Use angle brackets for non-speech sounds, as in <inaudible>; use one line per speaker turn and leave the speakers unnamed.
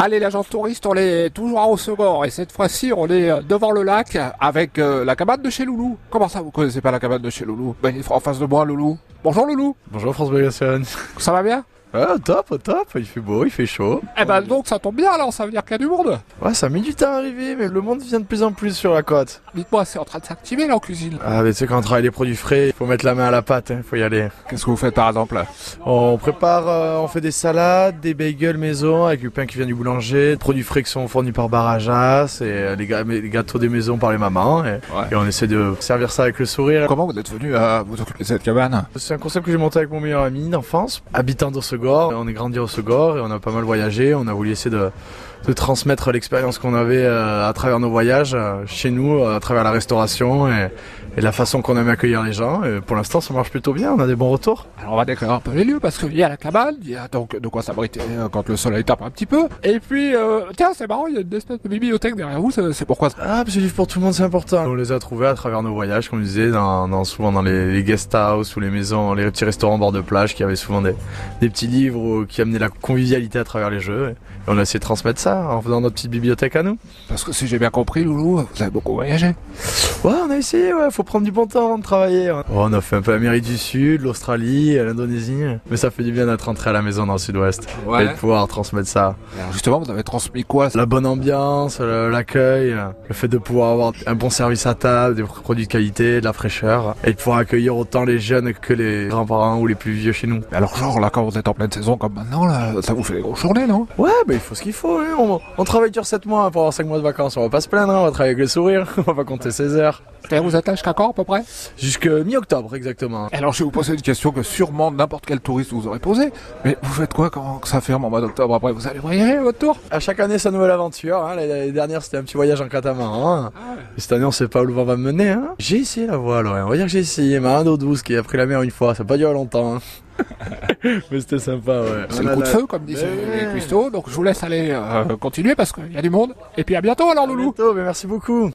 Allez, l'agence touriste, on est toujours à Rossegor et cette fois-ci, on est euh, devant le lac avec euh, la cabane de chez Loulou. Comment ça, vous connaissez pas la cabane de chez Loulou Ben, il est en face de moi, Loulou. Bonjour Loulou,
Bonjour France Belgasson.
ça va bien
Ah, top, top, il fait beau, il fait chaud.
Eh ben donc, ça tombe bien alors, ça veut dire qu'il y a du monde.
Ouais, ça a mis du temps à arriver, mais le monde vient de plus en plus sur la côte.
Dites-moi, c'est en train de s'activer là en cuisine.
Ah, mais tu sais, quand on travaille les produits frais, faut mettre la main à la pâte, hein, faut y aller.
Qu'est-ce que vous faites par exemple
On prépare, euh, on fait des salades, des bagels maison avec le pain qui vient du boulanger, des produits frais qui sont fournis par Barajas et euh, les, ga- les gâteaux des maisons par les mamans. Et, et on essaie de servir ça avec le sourire.
Comment vous êtes venu à vous occuper de cette cabane
C'est un concept que j'ai monté avec mon meilleur ami d'enfance, habitant d'Ossegor. On est grandi à Ossegor et on a pas mal voyagé. On a voulu essayer de, de transmettre l'expérience qu'on avait euh, à travers nos voyages euh, chez nous, euh, à travers la restauration et, et la façon qu'on aime accueillir les gens. Et pour l'instant, ça marche plutôt bien. On a des bons retours.
Alors on va décrire un peu les lieux parce qu'il y a la cabane, il y a donc de quoi s'abriter euh, quand le soleil tape un petit peu. Et puis, euh, tiens, c'est marrant, il y a une espèce de bibliothèque derrière vous, c'est c'est pourquoi ça
Ah, parce que livre pour tout le monde, c'est important. On les a trouvés à travers nos voyages, comme je disais, dans, dans- souvent dans les, les guest house ou les maisons, les petits restaurants bord de plage qui avaient souvent des, des petits livres ou qui amenaient la convivialité à travers les jeux. Et on a essayé de transmettre ça en faisant notre petite bibliothèque à nous.
Parce que si j'ai bien compris, Loulou, vous avez beaucoup voyagé.
Ouais, on a essayé, ouais, faut prendre du bon temps avant de travailler. ouais. Oh, on a fait un peu l'Amérique du Sud, l'Australie, euh, l'Indonésie. Mais ça fait du bien d'être rentré à la maison dans le Sud-Ouest et de pouvoir transmettre ça.
Alors justement, vous avez transmis quoi
La bonne ambiance, le- l'accueil, euh, le fait de pouvoir avoir un bon service à table, des produits de qualité, de la fraîcheur et de pouvoir accueillir autant les jeunes que les grands-parents ou les plus vieux chez nous.
Alors genre là quand vous êtes en pleine saison comme maintenant là, ça vous fait des grosses journées non
Ouais, bah il faut ce qu'il faut. hein. On, on travaille dur 7 mois hein, pour avoir 5 mois de vacances. On va pas se plaindre, hein, on va travailler avec le sourire, <laughs> on va compter 16 heures.
C'est-à-dire vous êtes là jusqu'à quand à peu près
Jusque mi-octobre exactement.
Alors je vais vous poser une question que sûrement n'importe quel touriste vous aurait posée. Mais vous faites quoi quand ça ferme en mois d'octobre après Vous allez voyager à votre tour
À chaque année, sa nouvelle aventure. Hein. L'année dernière, c'était un petit voyage en catamaran. hein. Et Cette année, on sait pas où le vent va me mener. Hein. J'ai essayé la voile, ouais. On va dire que j'ai essayé. Ma Indo 12 qui a pris la mer une fois. Ça n'a pas duré longtemps. hein. <laughs> Mais c'était sympa, ouais.
C'est le coup de feu comme disent
Ah Mais
les
ouais.
cuistots. Donc je vous laisse aller euh, continuer parce qu'il y a du monde. Et puis à bientôt alors
À
Loulou
bientôt, mais merci beaucoup.